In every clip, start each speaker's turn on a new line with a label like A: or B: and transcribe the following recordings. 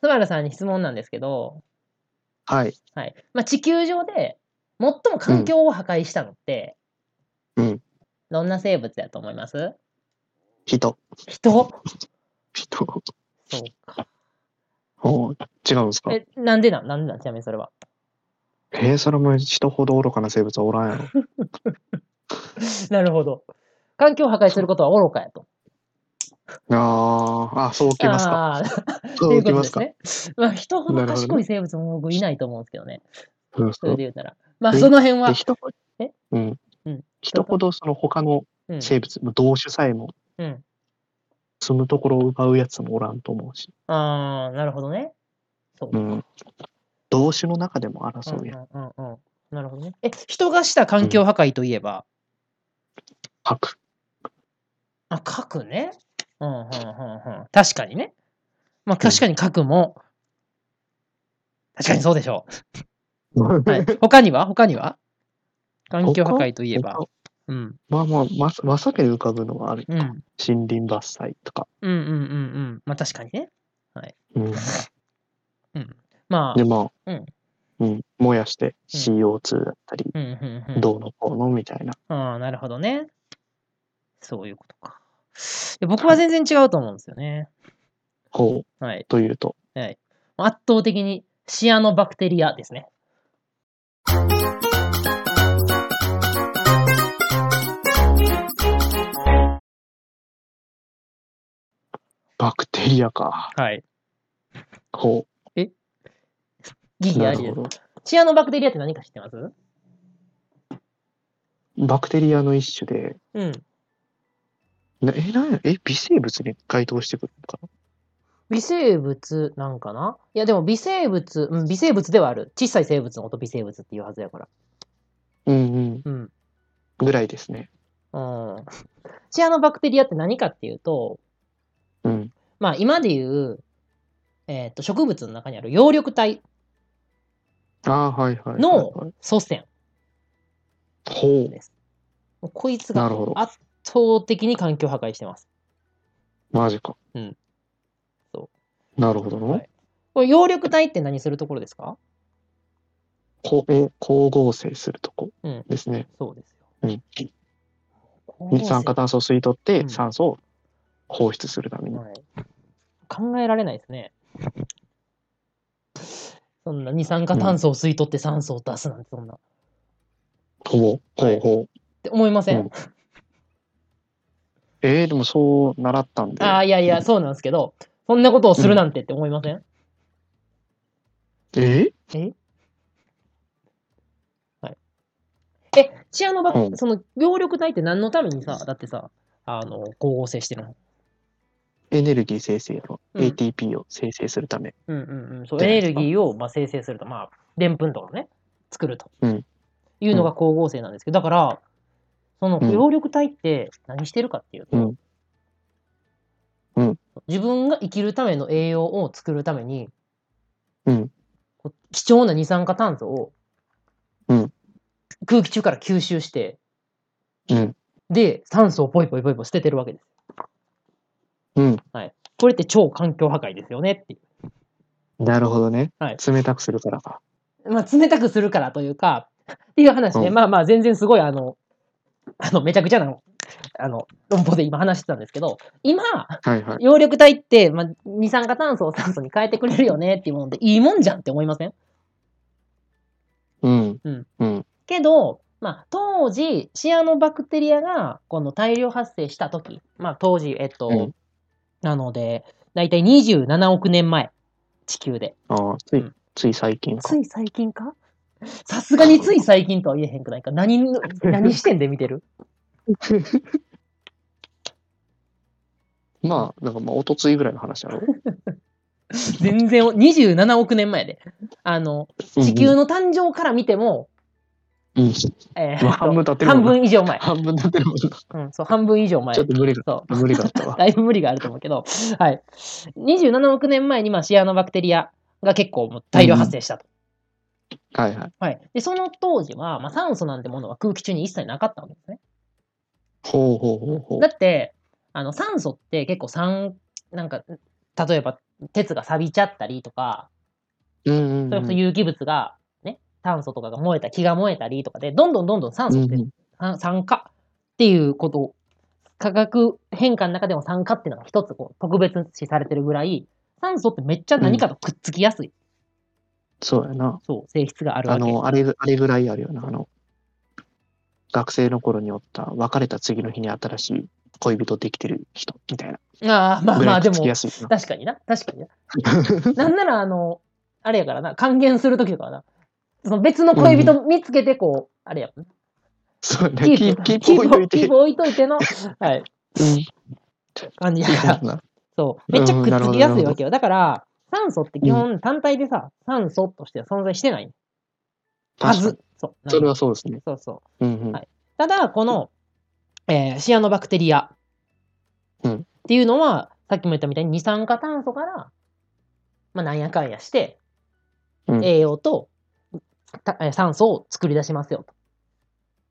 A: スバルさんに質問なんですけど、
B: はい。
A: はい。まあ、地球上で最も環境を破壊したのって、
B: うん。
A: どんな生物だと思います
B: 人。
A: 人
B: 人。
A: そうか。
B: おー違うんですか
A: え、なんでなんなんでなんちなみにそれは。
B: えー、それも人ほど愚かな生物はおら んやろ。
A: なるほど。環境を破壊することは愚かやと。
B: あーあ、そうきますか。
A: ああ、 と
B: そ
A: いうう
B: き
A: こと
B: ま
A: ですすね。
B: か。
A: まあ、人ほど
B: なるほど
A: 賢い生物も僕いないと思うんですけどね。
B: そうで
A: そ
B: すか
A: れで言うなら。まあ、
B: え
A: その辺は
B: で、。人ほど
A: え、
B: うん
A: うん。
B: 人ほどその他の
A: うん。
B: 生物、もう同種さえも
A: うん。
B: 住むところを奪うやつもおらんと思うし、
A: ああ、なるほどね。そう
B: う
A: か。
B: ん。同種の中でも争うやん。
A: うんうんうんうん。なるほどね。え、人がした環境破壊といえば、
B: 核。。
A: あ、核ね。うんうんうんうん。確かにね。まあ確かに核も、確かにそうでしょう。はい 他には他には環境破壊といえば。うん。
B: まあまあ、まさ、まさけ浮かぶのはある。
A: うん。うん
B: 森林伐採とか。
A: うんうんうん。まあ確かにね。
B: うん。
A: うん。まあ
B: で、、まあ、
A: うん
B: うん。燃やして CO2 だったり、
A: うんうんうん。
B: どうのこうのみたいな。
A: ああ、なるほどね。そういうことか。いや僕は全然違うと思うんですよね。
B: ほう、
A: はい。
B: というと。
A: 圧倒的にシアノバクテリアですね。
B: バクテリアか。
A: はい。
B: ほ
A: ギ
B: う。
A: ギ
B: な
A: あ
B: る
A: りで
B: ほ
A: す。
B: ど。
A: シアノバクテリアって何か知ってます
B: バクテリアの一種で、
A: うん。
B: なえ、なんや、え、微生物に該当してくるのかな
A: 微生物なんかないやでも微生物、うん、微生物ではある。小さい生物のこと微生物っていうはずやから。
B: うんうん。
A: うん。
B: ぐらいですね。
A: うん。シアノバクテリアって何かっていうと、
B: うん。
A: まあ今で言う、えっ、と植物の中にある葉緑体、
B: ああー、はいはいはい、
A: の
B: はい
A: 祖先
B: ほ
A: です。もうこいつ
B: う。な
A: が
B: るほど。
A: 圧倒的に環境破壊してます。
B: マジか。
A: うん。そ
B: なるほどな。
A: はいこれ葉緑体って何するところですか
B: こうえ光合成するとこ
A: うん
B: ですね。
A: そうですよ。
B: うん。
A: 光合
B: 二
A: 成
B: 酸化炭素を吸い取って、
A: うん
B: 酸素を放出するために。
A: はい、考えられないですね。そんな二酸化炭素を吸い取って酸素を出すなんてそんな。っ
B: ほう、ほう、ほう。
A: て思いません、
B: うんえー、でもそう習ったんで。
A: ああ、いやいや、そうなんですけど、そんなことをするなんてって思いません、
B: え
A: えはい。え、チアノバク、
B: うん
A: その葉緑体って何のためにさ、だってさ、あの、光合成してるの。
B: エネルギー生成やろ。
A: うん
B: ATP を生成するため。
A: うんうんうん、そう
B: じゃ
A: エ
B: ない
A: ネ
B: です
A: ル
B: か
A: ギーをまあ生成すると、まあ、でんぷんとかね、作ると、
B: うん
A: いうのが光合成なんですけど、だから、その
B: うん
A: 葉緑体って何してるかっていうと、
B: うんうん
A: 自分が生きるための栄養を作るために、
B: うん
A: こう貴重な二酸化炭素を、
B: うん
A: 空気中から吸収して、
B: うん。
A: で、酸素をポイポイポイポイ捨ててるわけです。
B: うん。
A: これって超環境破壊ですよねっていう。
B: なるほどね。
A: はい
B: 冷たくするからか。
A: まあ、冷たくするからというか、 っていう話ね、
B: うん
A: まあまあ、全然すごい、あの、あの、めちゃくちゃなの、あの、論法で今話してたんですけど、今、
B: はいはい。
A: 葉緑体って、まあ、二酸化炭素を酸素に変えてくれるよねっていうもので、いいもんじゃんって思いません
B: うん。
A: うん。
B: うん。
A: けど、まあ、当時、シアノバクテリアが、この大量発生した時、まあ、当時、えっと、
B: うん
A: なので、だいたい27億年前、地球で。
B: ああ、つ
A: う
B: い
A: ん、
B: つい最近か
A: つ。い最近かさすがについ最近とは言えへんくないか。何の、何視点で見てる
B: まあ、なんかまあ、おとついぐらいの話やろ。
A: 全然、27億年前で。あの、 地球
B: の。
A: の誕生から見ても、
B: うん。
A: えー
B: まあ半分経ってるもん
A: 半
B: な
A: 分以上前。
B: 半分経ってるもんな。
A: うん、そう、半分以上前。
B: ちょっと無理が、
A: そ
B: 無理があったわ
A: う。。だいぶ無理があると思うけど、はい。27億年前に、まあ、シアノバクテリアが結構もう大量発生したと。
B: はいはい。
A: はい。で、その当時は、まあ、酸素なんてものは空気中に一切なかったわけですね。
B: ほうほうほうほう
A: だ。って、あの、酸素って結構酸、なんか、例えば鉄が錆びちゃったりとか、
B: うんうんうん。
A: それこそ有機物が、ね、炭素とかが燃えた、木が燃えたりとかで、どんどんどんどん酸素って
B: うん
A: 酸酸化っていうこと、化学変化の中でも酸化っていうのが一つこう特別視されてるぐらい、酸素ってめっちゃ何かとくっつきやすい、
B: そうやな。
A: そう、性質があるわ
B: あ
A: け。
B: の、あれぐ、あれぐらいあるよな。あの、学生の頃におった、別れた次の日に新しい恋人できてる人みたいな。
A: ああ、まあ
B: ぐ
A: ま
B: ら
A: あ、
B: い
A: で
B: くっつ
A: も
B: き、やすい な。
A: 確かにな、確かにな。 なんなら、あの、あれやからな、還元するときとかはな、その別の恋人見つけて、こう、あれやもん、
B: そうやな。
A: キ
B: キ
A: ー
B: ー
A: プ、
B: プ、キープ置いとい
A: キ
B: て。
A: ープ置いといての、 はい、
B: うん。い
A: 感じや
B: や
A: から。
B: な。
A: そう。めっちゃ
B: うん
A: くっつきやすいわけよ。だから、酸素って基
B: う
A: 本単体でさ、酸素としては存在してない は
B: 確かに
A: ず。そう。
B: それはそうですね。
A: そうそう。
B: うんうん。
A: はいただ、この、えーシアノバクテリア
B: うん
A: っていうのは、さっきも言ったみたいに二酸化炭素から、まあ、なんやかんやして、
B: うん
A: 栄養とたえー酸素を作り出しますよと。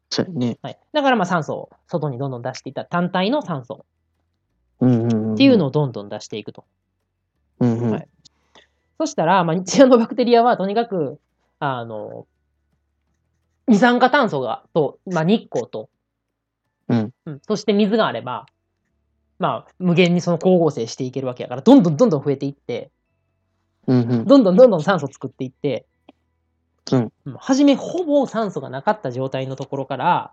B: そうやね。
A: はい、だから、まあ、酸素を外にどんどん出していった単体の酸素
B: うんうんん。
A: っていうのをどんどん出していくと。
B: うんうん。
A: はいそしたら、まあ、チアノバクテリアはとにかく、あの、二酸化炭素が、と、まあ、日光と、
B: うん
A: そして水があれば、まあ、無限にその光合成していけるわけやから、どんどんどんどん増えていって、
B: うんうん。
A: どんどんどんどん酸素作っていって、
B: うん
A: うん初めほぼ酸素がなかった状態のところから、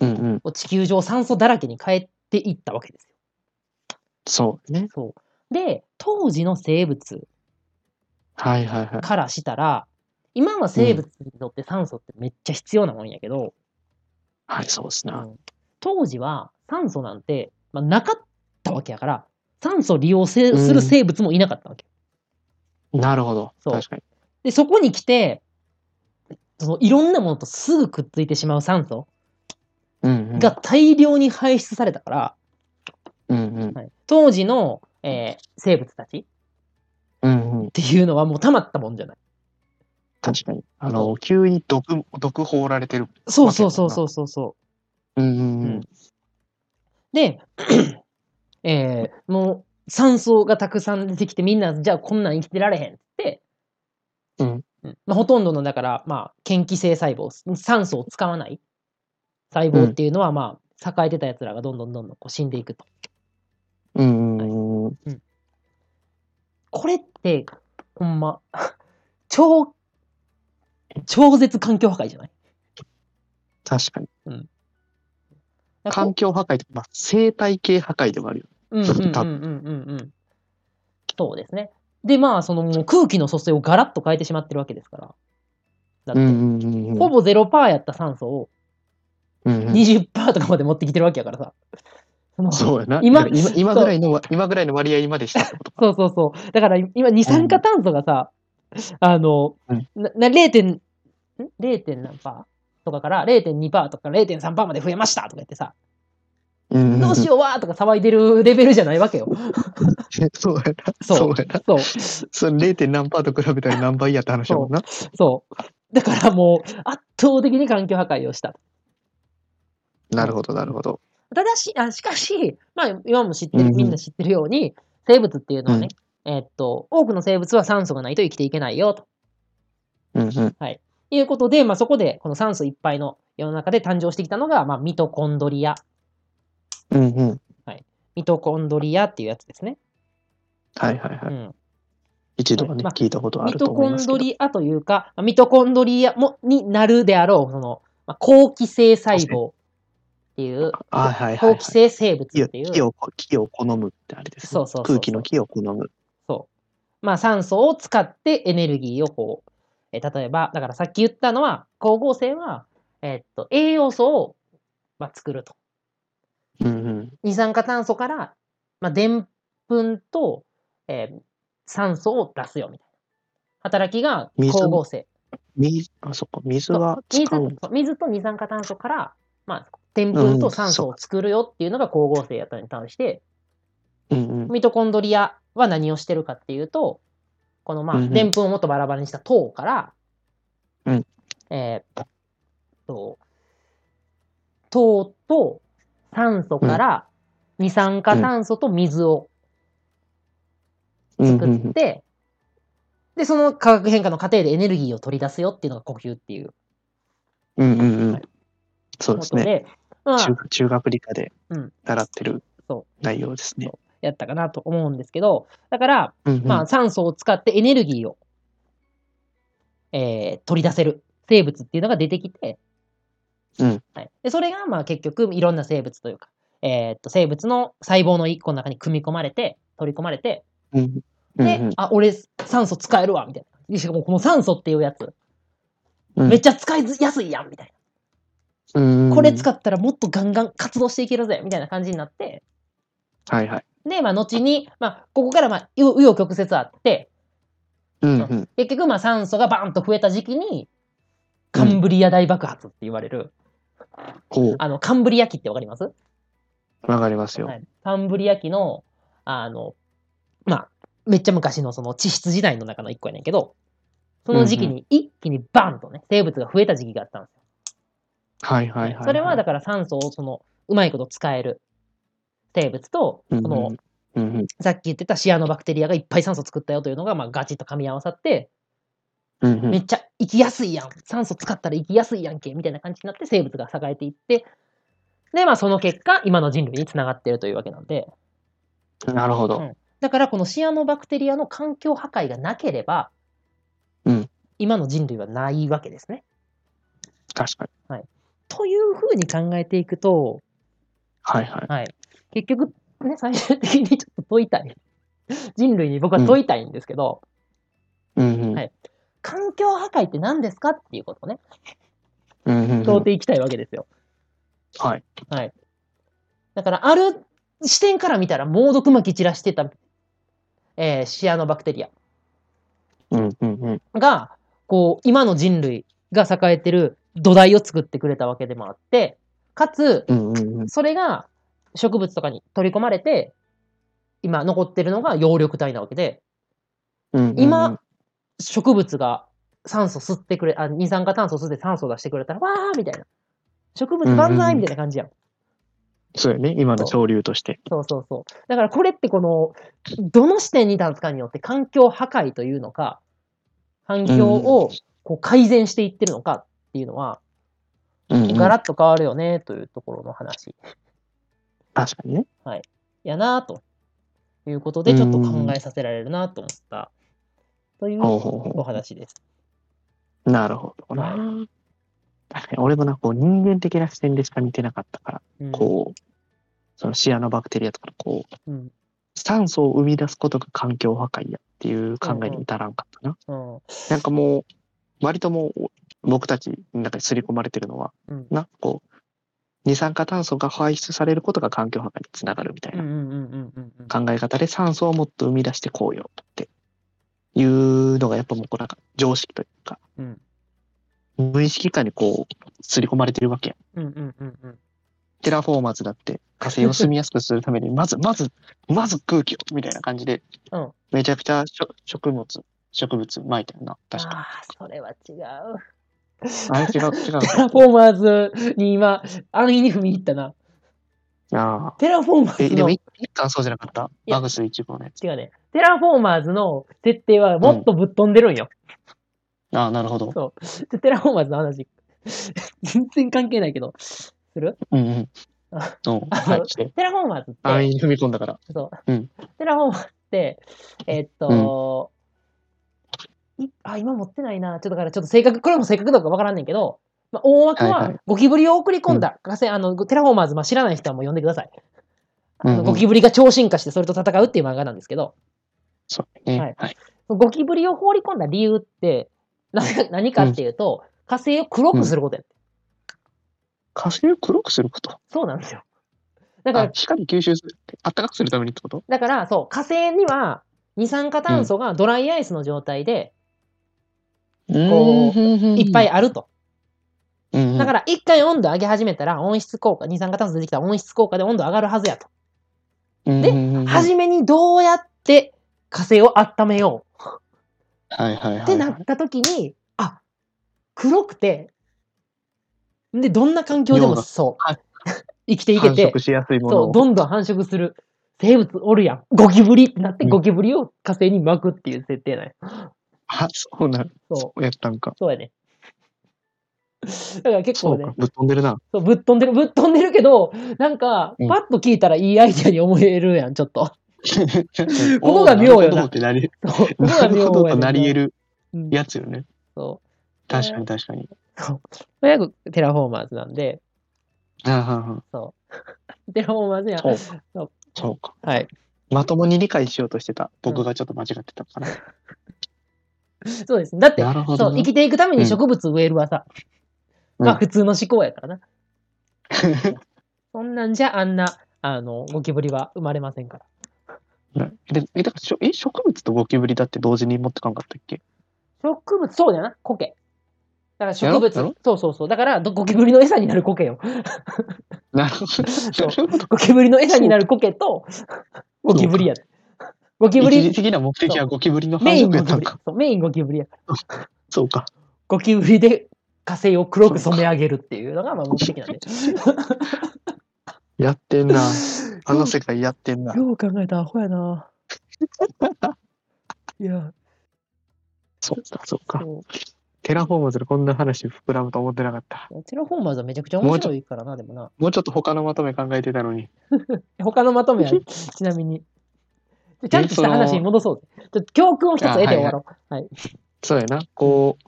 B: うんうん。
A: こう地球上酸素だらけに変えていったわけですよ。
B: そうね。
A: そう。で、当時の生物
B: はいはいはい。
A: からしたら、今の生物にとって酸素ってめっちゃ必要なもんやけど、
B: はい、そうです
A: う
B: な。
A: ん当時は酸素なんて、まあ、なかったわけやから、酸素を利用せ
B: うん
A: する生物もいなかったわけ。
B: なるほど。
A: そう
B: 確かに。
A: で、そこに来て、そのいろんなものとすぐくっついてしまう酸素
B: うんうん。
A: が大量に排出されたから、
B: うんうん。
A: はい当時の、えー生物たちっ
B: うんうん。
A: ていうのはもうたまったもんじゃない。
B: 確かに。あ
A: そ
B: の、急に毒、毒放られてる。
A: そうそうそうそうそうそう。
B: うんうん
A: うんで、 えーもう酸素がたくさん出てきてみんなじゃあこんなん生きてられへんって、
B: うん
A: まあ、ほとんどのだからまあ嫌気性細胞酸素を使わない細胞っていうのはまあ栄えてたやつらがどんどんどんどんこう死んでいくと。
B: うん。うんうん。
A: これってほんま 超超絶環境破壊じゃない
B: 確かに。
A: なんかこう
B: 環境破壊とか、まあ、生態系破壊でもあるよ。
A: うんうんうんうんうんうん。そうですね。で、まあ、そのもう空気の組成をガラッと変えてしまってるわけですから。だって、
B: んうん
A: ほぼ0%やった酸素を
B: うんうん。
A: 20%とかまで持ってきてるわけやからさ。そのそう
B: そうやな。
A: 今
B: だから今、今ぐらいのわ、今ぐらいの割合までしたってことか。
A: そうそう。だから今、二酸化炭素がさ、あの、
B: うん
A: なな 0. 点、ん 0. 点何パーとかから0.2%とか0.3%まで増えましたとか言ってさ、
B: うん
A: どうしようわーとか騒いでるレベルじゃないわけよ。
B: うん。そうやな。
A: そう
B: そうやな。
A: そう。
B: その 0. 何パーと比べたら何倍やって話やもんな。
A: そう。だからもう、圧倒的に環境破壊をした。
B: なるほど、なるほど。
A: ただし、あしかし、まあ、今も知って
B: うん
A: る、
B: うん
A: みんな知ってるように、生物っていうのはね、えーっと、多くの生物は酸素がないと生きていけないよ、と
B: うんうん。
A: いうことで、まあ、そこで、この酸素いっぱいの世の中で誕生してきたのが、まあ、ミトコンドリア。
B: うんうん。
A: ミトコンドリアっていうやつですね。
B: はいはいは
A: う
B: い。
A: ん、
B: 一度はね、
A: まあ
B: 聞いたことあ
A: ミ
B: ると
A: トコ
B: 思い
A: ン
B: ますけ
A: ド
B: ど。
A: リアというか、まあミトコンドリアもになるであろう、その、まあ、後期性細胞っていう、
B: あはいはい、は
A: 後
B: い
A: 期。性生物
B: 木
A: っ
B: を
A: ていう。
B: 木を木を好むってあれですね。
A: そうそうそうそう
B: 空気の木を好む。
A: そう。まあ、酸素を使ってエネルギーをこう、えー例えば、だからさっき言ったのは、光合成は、えーっと、栄養素を、まあ、作ると。
B: うんうん。
A: 二酸化炭素から、まあ、でんぷんと、えー酸素を出すよ、みたいな。働きが
B: 水
A: 光合成。
B: 水、あ、そっか、水は使
A: 水
B: うの
A: そう水と二酸化炭素から、まあ、でんぷんと酸素を作るよっていうのが光合成やったのに対して、
B: うんうん。
A: ミトコンドリアは何をしてるかっていうと、このま
B: う
A: あ、
B: んうん
A: でんぷんをもっとバラバラにした糖から、
B: うん
A: えーっと、糖と酸素から二酸化炭素と水を
B: うん
A: 作って、で、その化学変化の過程でエネルギーを取り出すよっていうのが呼吸っていう
B: うんうんうん。そう
A: こ
B: です
A: と
B: ね。
A: で、まあ
B: 中、中学理科で
A: うん
B: 習ってる
A: そ
B: 内容ですね。
A: やったかなと思うんですけど、だから、
B: うんうん
A: まあ、酸素を使ってエネルギーを、えー取り出せる生物っていうのが出てきて、
B: うん
A: はい、でそれがまあ結局いろんな生物というか、えーっと生物の細胞の一個の中に組み込まれて取り込まれて
B: うんうん
A: で、あ俺酸素使えるわみたいなでしかもこの酸素っていうやつ
B: うん
A: めっちゃ使いやすいやんみたい
B: うん
A: なこれ使ったらもっとガンガン活動していけるぜみたいな感じになって
B: はいはい。
A: で、まあ、後に、まあ、ここからまあ紆紆余曲折あって
B: うんうん。
A: 結局まあ酸素がバーンと増えた時期にカンブリア大爆発って言われる、
B: こ
A: あのカンブリア紀ってわかります、
B: う、わかりますよ。
A: はいカンブリア紀のあのまあめっちゃ昔のその地質時代の中の一個やねんけどその時期に一気にバーンとね生物が増えた時期があったんですよ、
B: はいはいはい。
A: それはだから酸素をそのうまいこと使える生物とこ
B: うんうん
A: の
B: うんうん
A: さっき言ってたシアノバクテリアがいっぱい酸素作ったよというのがまあガチッと噛み合わさって
B: うんう
A: め
B: ん
A: っちゃ生きやすいやん酸素使ったら生きやすいやんけみたいな感じになって生物が栄えていってでまあその結果今の人類につながってるというわけなんで
B: なるほ
A: う
B: ど
A: ん。だからこのシアノバクテリアの環境破壊がなければ、
B: うん
A: 今の人類はないわけですね。
B: 確かに。
A: というふうに考えていくと
B: はいはい。
A: 結局ね最終的にちょっと問いたい人類に僕は問いたいんですけど、
B: うんうん
A: はい環境破壊って何ですかっていうことをね
B: うんうんう
A: 問うんていきたいわけですよ。
B: はい。
A: だから、ある視点から見たら、猛毒巻き散らしてた、えーシアノバクテリア
B: うんうんうん。
A: が、こう、今の人類が栄えてる土台を作ってくれたわけでもあって、かつ、
B: うんうんうん。
A: それが植物とかに取り込まれて、今残ってるのが葉緑体なわけで、
B: うんうん
A: 今、植物が酸素吸ってくれ、あ、二酸化炭素吸って酸素出してくれたら、わーみたいな。植物万歳みたいな感じやん。
B: そうやね。今の潮流として。
A: そうそうそう。だからこれってこの、どの視点に立つかによって環境破壊というのか、環境をこう改善していってるのかっていうのは、
B: うんうん
A: ガラッと変わるよねというところの話
B: 確かにね。
A: やなということで、
B: うん
A: ちょっと考えさせられるなと思った、という
B: ほうほうほう
A: お話です。
B: なるほどな。確かに俺もな、こう人間的な視点でしか見てなかったから、
A: うん
B: こう、そのシアノバクテリアとかのこう、
A: うん
B: 酸素を生み出すことが環境破壊やっていう考えに至らんかったな。
A: うん
B: なんかもう、割ともう、僕たちの中に刷り込まれてるのは、
A: うん
B: な、こう、二酸化炭素が排出されることが環境破壊につながるみたい
A: うんう
B: なん
A: うんうんうんうん
B: 考え方で酸素をもっと生み出してこうよっていうのがやっぱもうこうなんか常識というか、
A: うん
B: 無意識下にこう、刷り込まれてるわけや。
A: うんうんうんうん
B: テラフォーマーズだって火星を住みやすくするために、まず、まず、まず空気をみたいな感じで、
A: うん
B: めちゃくちゃ植植物、植物撒いてるな、確か。
A: ああ、それは違う。
B: あれ違う、違うの
A: テ ラ
B: か。
A: フォーマーズに今、安易に踏み入ったな。
B: ああ。
A: テラフォーマー
B: え、
A: ズ
B: で
A: の
B: も一一巻そうじゃなかった
A: いや
B: バグス1号のやつ。
A: 違うね。テラフォーマーズの設定はもっとぶっ飛んでるんよ。
B: ああ、なるほど。
A: でテラフォーマーズの話、全然関係ないけど、する
B: うんうん。
A: あ
B: うん、
A: あ
B: は
A: の
B: い、して。
A: テラフォーマーズって、
B: 安易に踏み込んだから。
A: そう
B: うん
A: テラフォーマーズって、えーっと、いあ、今持ってないな。ちょっとだから、ちょっと正確、これも正確どうかわからんねんけど、まあ、大枠
B: はいは
A: はいゴキブリを送り込んだ。火星あのテラフォーマーズ、まあ、知らない人はもう呼んでください。あ
B: うんう
A: の
B: ん
A: ゴキブリが超進化してそれと戦うっていう漫画なんですけど、
B: そうね。
A: は
B: はいい。
A: ゴキブリを放り込んだ理由って、な何かっていうと、火星を黒くすることやって。
B: 火星を黒くすること。
A: そうなんですよ。だか
B: あ
A: ら、、
B: 光吸収するって、あったかくするためにってこと
A: だからそう、火星には二酸化炭素がドライアイスの状態でこういっぱい。あると。
B: うん。、
A: だからら、一回温度上げ始めたら温室効果、二酸化炭素出てきたら温室効果で温度上がるはずやと。で
B: で
A: はじめにどうやって火星を温めよ
B: はいはいはいうはい。
A: ってなった時に、あ、黒くて、で、どんな環境で
B: 要
A: も
B: は
A: そう
B: はい、
A: 生きていけ
B: 繁
A: て
B: 殖、しやすいもの
A: そう、
B: を。
A: どんどん繁殖する。生物おるやん。ゴキブリってなって、
B: うん
A: ゴキブリを火星に巻くっていう設定なんや。
B: あ、そうな、
A: そう
B: そうやったんか。
A: そうやね。だから結
B: そ
A: 構
B: う
A: ね
B: か、、ぶっ飛んで るな。
A: そうぶっ飛んでる、ぶっ飛んでるけど、なんか
B: う、ん
A: パッと聞いたらいいアイディアに思えるやん、ちょっと。ここが妙よな
B: るほどってなり、
A: そう、ここ
B: な
A: が
B: る
A: 妙
B: ほど
A: やね
B: と
A: ん
B: なり得る
A: うん
B: やつよね。
A: そう。
B: 確かに確かに。
A: とにかくテラフォーマーズなんで、
B: あーはんはん
A: テラフォーマーズやん。
B: そう
A: そう
B: か。そうか。
A: はい。
B: まともに理解しようとしてた。僕がちょっと間違ってたから。
A: そうです。だって、
B: なるほ
A: そ
B: ど
A: う、
B: な。
A: 生きていくために植物植えるはさ、
B: うん
A: が 普通の思考やからな。そんなんじゃ、あんな、あの、ゴキブリは生まれませんから。
B: うんで、え、だからしょ、え、植物とゴキブリだって同時に持ってかんかったっけ
A: 植物、そうだよな、苔。だから植
B: やろ
A: 物
B: やろ、
A: そうそうそう。だから、どゴキブリの餌になる苔よ。
B: なるほど。
A: そう
B: なるほど
A: ゴキブリの餌になる苔と、ゴキブリやで。ゴキブ
B: 一時
A: リ、
B: 的な目的はゴキブリの繁
A: メイン
B: 殖や
A: ゴ
B: っ
A: キブ
B: たん
A: リ
B: か。。
A: そうメインゴキブリやから。
B: そうか。
A: ゴキブリで火星を黒く染め上げるっていうのが、まあ、目的なんで。
B: やってんな。あの世界やってんな。
A: よう考えたアホや な。いや、
B: そうか、そうか。
A: そ
B: テラフォーマーズでこんな話膨らむと思ってなかった。
A: う。テラフォーマーズはめちゃくちゃ面白いからな、でもな。
B: もうちょっと他のまとめ考えてたのに。
A: 他のまとめは、ちなみに。ちゃんとした話に戻そうぜ。ちょっと教訓を一つ得て終わろう。
B: そうやな。こう、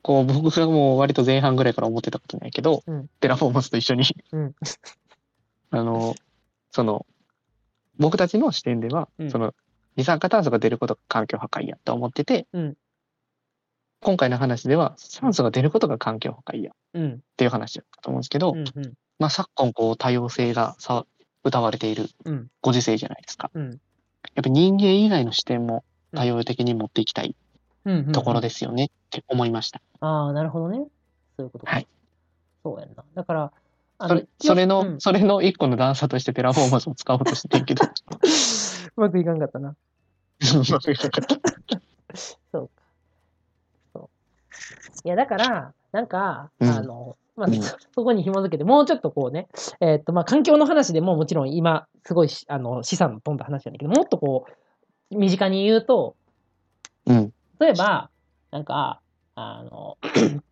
B: こう僕がもう割と前半ぐらいから思ってたことないけど、
A: うん
B: テラフォーマーズと一緒に、
A: うん
B: あの、その、僕たちの視点では、
A: うん
B: その、二酸化炭素が出ることが環境破壊やと思ってて、
A: うん
B: 今回の話では、酸素が出ることが環境破壊やっ
A: うん。
B: ていう話だったと思うんですけど、
A: うん。うん。
B: まあ、昨今こう多様性がさ歌われている
A: うん
B: ご時世じゃないですか。
A: うん
B: やっぱ人間以外の視点も多様的に持っていきたい
A: うん。うん。
B: ところですよねって思いました。
A: ああ、なるほどね。そういうことか。
B: はい
A: そうやんな。だから、あ
B: それ
A: 一応
B: それの、
A: うん
B: それの一個の段差としてテラフォーマーズを使おうとしてる けど、
A: うまくいかんかったな。
B: うまくいかなかった
A: そうか。そう。いや、だから、なんか、
B: うん
A: あの、まあ、
B: うん
A: そそこに紐づけて、もうちょっとこうね、えーっと、まあ、環境の話でももちろん今、すごいし、あの、資産の飛んだ話なんだけど、もっとこう、身近に言うと、
B: うん。
A: 例えば、なんか、あの、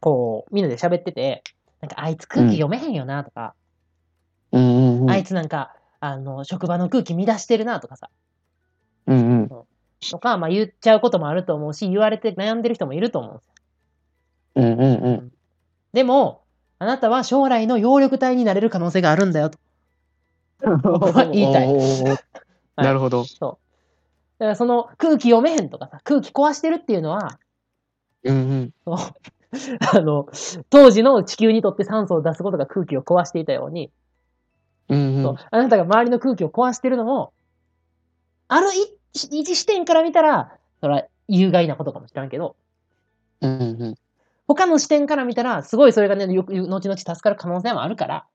A: こう、みんなで喋ってて、なんか、あいつ空気読めへんよな、とか、
B: うんうんうん。
A: あいつなんか、あの、職場の空気乱してるな、とかさ、
B: うんうん。
A: とか、まあ、言っちゃうこともあると思うし、言われて悩んでる人もいると思うんですよ。
B: うんうんうん。
A: でも、あなたは将来の揚力体になれる可能性があるんだよと。 言いたい
B: おーおーおーなるほど。
A: そう。だからその空気読めへんとかさ、空気壊してるっていうのは、
B: うんうん。
A: その あの、当時の地球にとって酸素を出すことが空気を壊していたように、
B: うんう
A: そ
B: ん
A: う。あなたが周りの空気を壊してるのも、ある一一視点から見たら、それは有害なことかもしれんけど、
B: うんうん。
A: 他の視点から見たら、すごいそれがね、よく後々助かる可能性もあるから、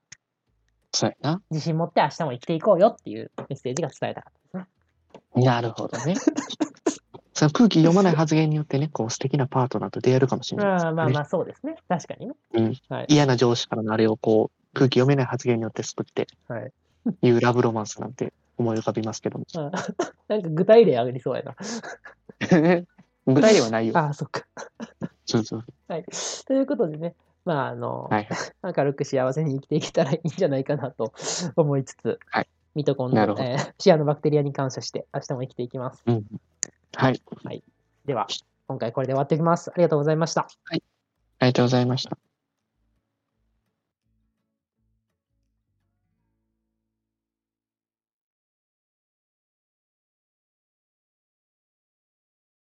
B: そうやな。
A: 自信持って明日も生きていこうよっていうメッセージが伝えたかったですね。
B: なるほどね。 その空気読まない発言によってね、こう素敵なパートナーと出会えるかもしれないです
A: ま
B: よ
A: あ
B: ね。
A: まあまあ、そうですね。確かにね。
B: うん
A: はい。
B: 嫌な上司からのあれをこう、空気読めない発言によって救って、
A: はい、
B: いうラブロマンスなんて思い浮かびますけども。
A: あなんか 具体例あげりそうやな。
B: 具体ではないよ。
A: ああ、そっか。
B: そうそう。
A: はい。ということでね、まあ、あの、
B: はい
A: 明るく幸せに生きていけたらいいんじゃないかなと思いつつ、
B: はい
A: ミトコンド、
B: なるほど
A: えーシアノバクテリアに感謝して、明日も生きていきます。
B: はい。
A: では、今回これで終わっていきます。ありがとうございました。
B: ありがとうございました。